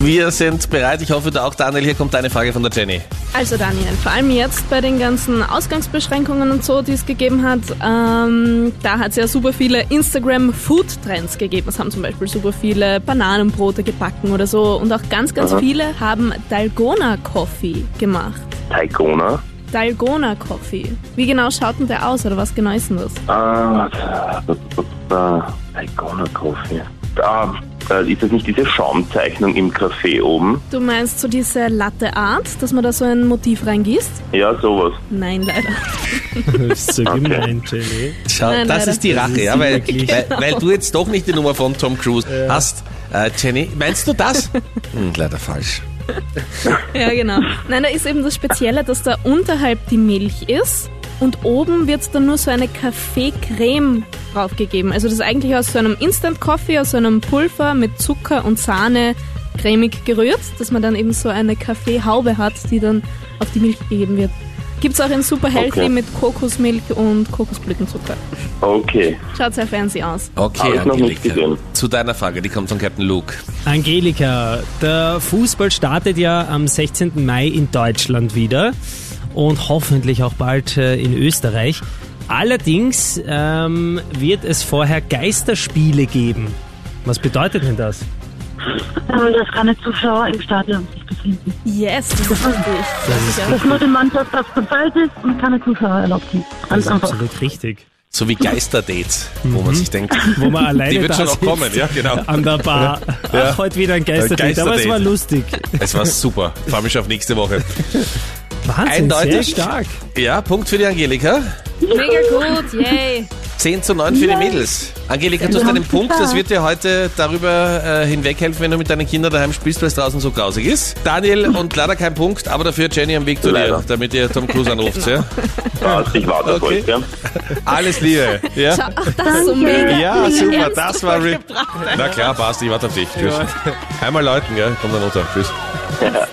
Wir sind bereit. Ich hoffe, da auch Daniel. Hier kommt eine Frage von der Jenny. Also Daniel, vor allem jetzt bei den ganzen Ausgangsbeschränkungen und so, die es gegeben hat, ähm, da hat es ja super viele Instagram-Food-Trends gegeben. Es haben zum Beispiel super viele Bananenbrote gebacken oder so. Und auch ganz, ganz Aha. viele haben Dalgona-Coffee gemacht. Taikona. Dalgona-Coffee. Wie genau schaut denn der aus oder was genau ist denn das? Ah, da, da, da, Taikona Coffee. Ah, äh, ist das nicht diese Schaumzeichnung im Café oben? Du meinst so diese Latte-Art, dass man da so ein Motiv reingießt? Ja, sowas. Nein, leider. Das ist so gemein, Jenny. Schau, Nein, das leider. ist die Das Rache, ist ja, weil, wirklich- weil, weil du jetzt doch nicht die Nummer von Tom Cruise hast. Äh, Jenny, meinst du das? Hm, leider falsch. Ja, genau. Nein, da ist eben das Spezielle, dass da unterhalb die Milch ist und oben wird dann nur so eine Kaffeecreme draufgegeben. Also das ist eigentlich aus so einem Instant Coffee, aus so einem Pulver mit Zucker und Sahne cremig gerührt, dass man dann eben so eine Kaffeehaube hat, die dann auf die Milch gegeben wird. Gibt's auch in Super Healthy Okay. mit Kokosmilch und Kokosblütenzucker. Okay. Schaut sehr fancy aus. Okay, Hab ich noch nicht Angelika. gesehen. Zu deiner Frage, die kommt von Captain Luke. Angelika, der Fußball startet ja am 16. Mai in Deutschland wieder und hoffentlich auch bald äh, in Österreich. Allerdings ähm, wird es vorher Geisterspiele geben. Was bedeutet denn das? Äh, dass keine Zuschauer im Stadion sich befinden. Yes, das ist richtig. Das ist, Dass nur die Mannschaft auf dem Feld ist und keine Zuschauer erlaubt sind. das Ganz ist einfach. absolut richtig. So wie Geisterdates, wo man sich denkt, Wo man alleine die wird da schon noch sitzt, kommen, Mhm. ja, genau. An der Bar. Ach, heute wieder ein Geisterdate, aber es Geisterdate. war lustig. Es war super. Freue mich auf nächste Woche. Wahnsinn, sehr Eindeutig. stark. Ja, Punkt für die Angelika. Mega gut, yay. 10 zu 9 für die Mädels. Angelika, du hast einen Punkt, das wird dir heute darüber äh, hinweghelfen, wenn du mit deinen Kindern daheim spielst, weil es draußen so grausig ist. Daniel und leider kein Punkt, aber dafür Jenny am Weg zu dir, Leider. damit ihr Tom Cruise anruft. ja? Passt, Ah, ich warte auf Okay. euch, gell? Alles Liebe. Ja, Ach, das ist so mega. ja super, Ernst das war RIP. Na klar, passt, ich warte auf dich. Tschüss. Einmal läuten, gell? Komm dann runter. Tschüss.